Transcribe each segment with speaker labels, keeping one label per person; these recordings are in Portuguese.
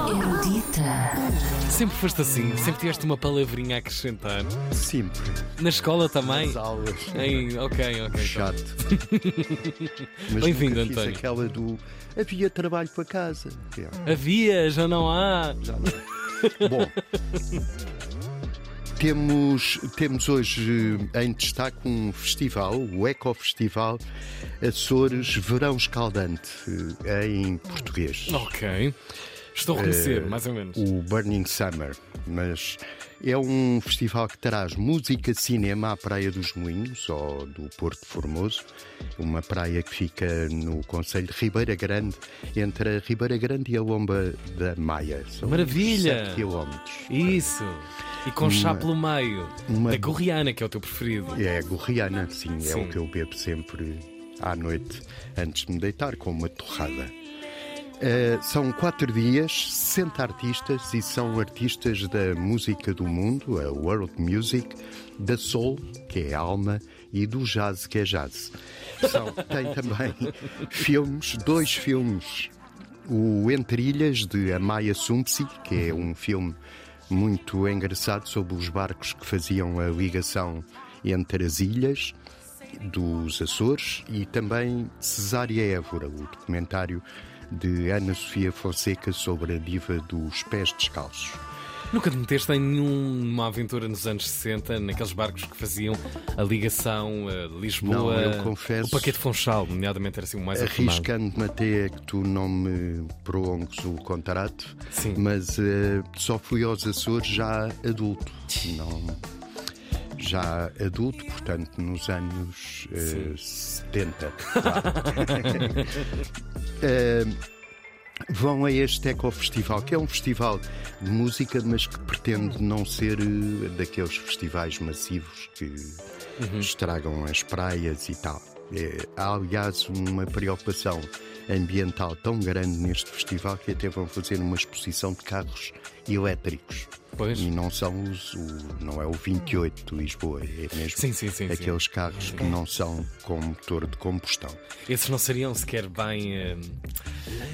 Speaker 1: Erudita.
Speaker 2: Sempre foste assim, sempre tiveste uma palavrinha a acrescentar.
Speaker 3: Sempre.
Speaker 2: Na escola também?
Speaker 3: As aulas.
Speaker 2: Em, ok, então. ok.
Speaker 3: Chato. Mas
Speaker 2: Bem-vindo,
Speaker 3: nunca fiz
Speaker 2: António.
Speaker 3: aquela do havia trabalho para casa. Que é,
Speaker 2: Havia, já não há.
Speaker 3: já não. Bom, temos, temos hoje eh, em destaque um festival, o Ecofestival Açores Verão Escaldante, eh, em português.
Speaker 2: Oh, Ok. Estou a reconhecer, mais ou menos.
Speaker 3: Eh, o Burning Summer, mas é um festival que traz música, cinema à Praia dos Moinhos ou do Porto Formoso, uma praia que fica no Conselho de Ribeira Grande, entre a Ribeira Grande e a Lomba da Maia. São
Speaker 2: Maravilha!
Speaker 3: 7 quilómetros.
Speaker 2: Isso. E com chá pelo meio.
Speaker 3: uma-
Speaker 2: Da Gorriana, que é o teu preferido.
Speaker 3: É a gorriana, sim, é
Speaker 2: Sim.
Speaker 3: o que eu bebo sempre à noite antes de me deitar com uma torrada. Eh, são quatro dias, 60 artistas e são artistas da música do mundo, a world music, da soul, que é alma, e do jazz, que é jazz. São, tem também filmes, dois filmes. O Entre Ilhas, de Amaya Sumpsi, que é um filme muito engraçado sobre os barcos que faziam a ligação entre as ilhas dos Açores e também Cesária Évora, o documentário de Ana Sofia Fonseca sobre a diva dos pés descalços.
Speaker 2: Nunca te meteste em nenhuma aventura nos anos 60, naqueles barcos que faziam a ligação eh, Lisboa.
Speaker 3: Não, eu confesso-
Speaker 2: O Paquete Fonchal, nomeadamente, era assim o mais afamado.
Speaker 3: Arriscando-me até é que tu não me prolongues o contrato,
Speaker 2: Sim.
Speaker 3: mas eh, só fui aos Açores já adulto. Não, já adulto, portanto, nos anos eh, 70. Eh, Vão a este Ecofestival, que é um festival de música, mas que pretende não ser eh, daqueles festivais massivos que
Speaker 2: Uhum.
Speaker 3: estragam as praias e tal. Eh, há, aliás, uma preocupação ambiental tão grande neste festival que até vão fazer uma exposição de carros elétricos.
Speaker 2: Pois.
Speaker 3: E não são os, o, não é o 28 de Lisboa, é mesmo
Speaker 2: Sim, sim, sim, sim.
Speaker 3: aqueles carros que não são com motor de combustão.
Speaker 2: Esses não seriam sequer bem. eh,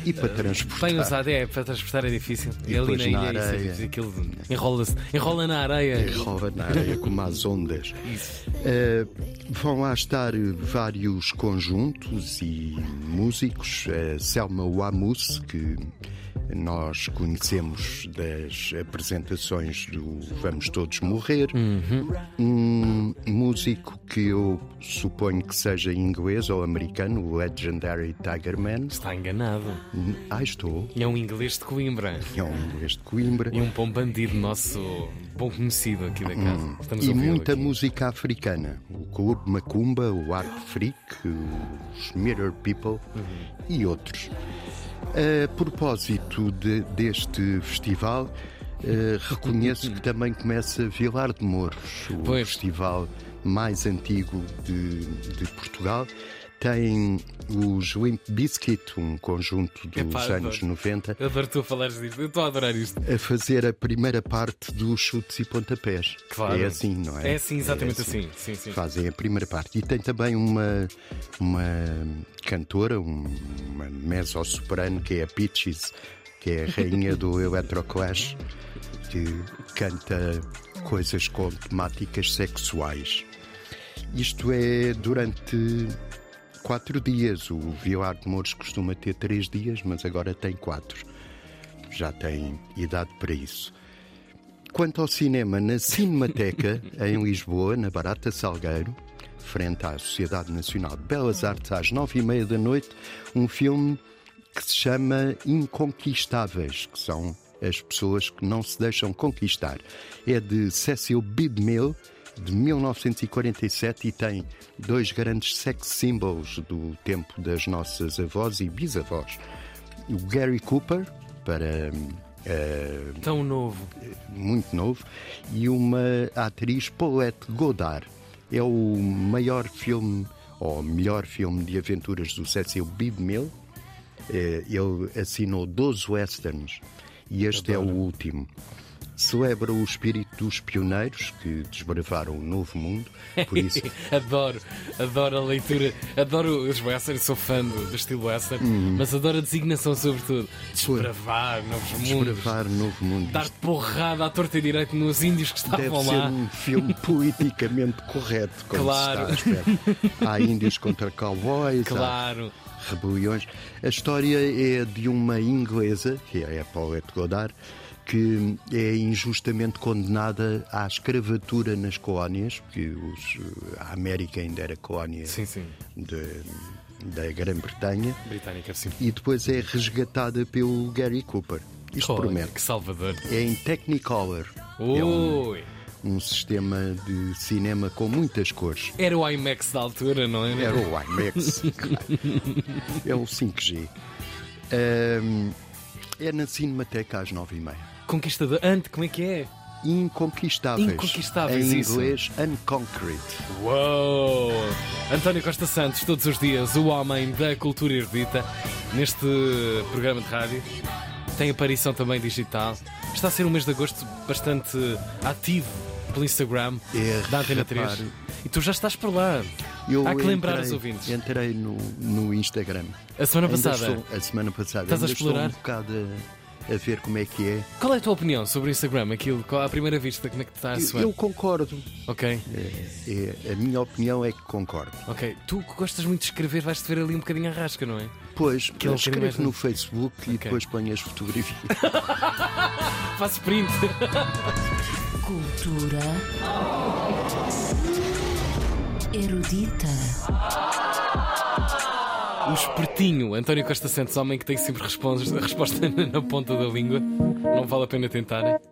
Speaker 3: E para transportar.
Speaker 2: bem usado, é, para transportar é difícil.
Speaker 3: E
Speaker 2: é ali
Speaker 3: depois
Speaker 2: na
Speaker 3: na
Speaker 2: ilha, isso,
Speaker 3: areia. É.
Speaker 2: isso, aquilo enrola-se, enrola na areia.
Speaker 3: Rola na areia como as ondas.
Speaker 2: Isso.
Speaker 3: Eh, vão lá estar vários conjuntos e músicos. A Selma Wamus, que nós conhecemos das apresentações do Vamos Todos Morrer. Um músico que eu suponho que seja inglês ou americano, o Legendary Tigerman.
Speaker 2: Está enganado.
Speaker 3: Ah, estou.
Speaker 2: É um inglês de Coimbra.
Speaker 3: É um inglês de Coimbra.
Speaker 2: E um bom bandido nosso, bom conhecido aqui da casa. Estamos a
Speaker 3: Hum. E
Speaker 2: ouvi-lo
Speaker 3: muita
Speaker 2: aqui.
Speaker 3: música africana. O Clube Macumba, o Art Freak, os Mirror People
Speaker 2: Uhum.
Speaker 3: e outros. A propósito de- deste festival, eh, reconheço que também começa Vilar de Mouros, o
Speaker 2: Pois.
Speaker 3: festival mais antigo de, de Portugal. Tem os Limp Bizkit, um conjunto dos
Speaker 2: Epá,
Speaker 3: anos 90,
Speaker 2: Eu adoro tu a falares disto, eu estou a adorar isto.
Speaker 3: a fazer a primeira parte dos chutes e pontapés.
Speaker 2: Claro.
Speaker 3: É assim, não é?
Speaker 2: É assim, exatamente assim. Sim, sim.
Speaker 3: fazem a primeira parte. E tem também uma, uma cantora, um- uma mezzo-soprano, que é a Peaches, que é a rainha do Electroclash, que canta coisas com temáticas sexuais. Isto é durante quatro dias. O Vilar de Mouros costuma ter três dias, mas agora tem quatro. Já tem idade para isso. Quanto ao cinema, na Cinemateca, em Lisboa, na Barata Salgueiro, frente à Sociedade Nacional de Belas Artes, às nove e meia da noite, um filme que se chama Inconquistáveis, que são as pessoas que não se deixam conquistar. É de Cecil B. DeMille, de 1947, e tem dois grandes sex symbols do tempo das nossas avós e bisavós. O Gary Cooper, para... hum, a
Speaker 2: Tão novo.
Speaker 3: muito novo, e uma atriz, Paulette Godard. É o maior filme, ou melhor filme de aventuras do Cecil B. DeMille. Eh, Ele assinou 12 westerns e este é o último. celebra o espírito dos pioneiros que desbravaram o novo mundo, por isso
Speaker 2: adoro, adoro a leitura, adoro os Western, sou fã do, do estilo Western,
Speaker 3: Hum.
Speaker 2: mas adoro a designação sobretudo. Desbravar novos mundos,
Speaker 3: desbravar o novo mundo.
Speaker 2: dar
Speaker 3: Isto
Speaker 2: porrada à torta e direito nos índios que
Speaker 3: Deve
Speaker 2: estavam
Speaker 3: ser
Speaker 2: lá.
Speaker 3: um filme politicamente correto, como
Speaker 2: Claro.
Speaker 3: se está à espera. Há índios contra cowboys, há
Speaker 2: Claro,
Speaker 3: rebeliões. A história é de uma inglesa, que é a Paulette Goddard, que é injustamente condenada à escravatura nas colónias, porque os- a América ainda era colónia
Speaker 2: sim, sim.
Speaker 3: de- da Grã-Bretanha,
Speaker 2: Britânica, sim.
Speaker 3: e depois é resgatada pelo Gary Cooper. Isto
Speaker 2: Olha,
Speaker 3: prometo.
Speaker 2: que salvador.
Speaker 3: É em Technicolor. É um-
Speaker 2: Ui,
Speaker 3: um sistema de cinema com muitas cores.
Speaker 2: era o IMAX da altura, não é? era?
Speaker 3: Era o IMAX, claro. é o 5G. Ahm, é na Cinemateca às 9h30.
Speaker 2: Conquistador. Ante, como é que é?
Speaker 3: Inconquistáveis.
Speaker 2: Inconquistáveis,
Speaker 3: Em
Speaker 2: isso.
Speaker 3: inglês, Unconcrete.
Speaker 2: Uou! António Costa Santos, todos os dias, o homem da cultura erudita, neste programa de rádio. Tem aparição também digital. Está a ser um mês de agosto bastante ativo pelo Instagram
Speaker 3: É,
Speaker 2: da Antena 3.
Speaker 3: repare.
Speaker 2: E tu já estás por lá. Há que lembrar os ouvintes.
Speaker 3: Entrei no, no Instagram.
Speaker 2: A semana
Speaker 3: Ainda
Speaker 2: passada.
Speaker 3: estou- a semana passada.
Speaker 2: Estás a
Speaker 3: Ainda estou
Speaker 2: explorar?
Speaker 3: um bocado a, a ver como é que é.
Speaker 2: Qual é a tua opinião sobre o Instagram? Aquilo, qual- à primeira vista, como é que te está a
Speaker 3: Eu,
Speaker 2: soar?
Speaker 3: eu concordo.
Speaker 2: Ok,
Speaker 3: É- é- a minha opinião é que concordo.
Speaker 2: ok. Tu que gostas muito de escrever, vais-te ver ali um bocadinho à rasca, não é?
Speaker 3: Pois,
Speaker 2: é um bocadinho
Speaker 3: eu
Speaker 2: mais
Speaker 3: escrevo no Facebook e
Speaker 2: Ok.
Speaker 3: depois ponho as fotografias.
Speaker 2: Faço print.
Speaker 1: Cultura erudita.
Speaker 2: O espertinho António Costa Santos, homem que tem sempre respons- resposta na ponta da língua. Não vale a pena tentarem.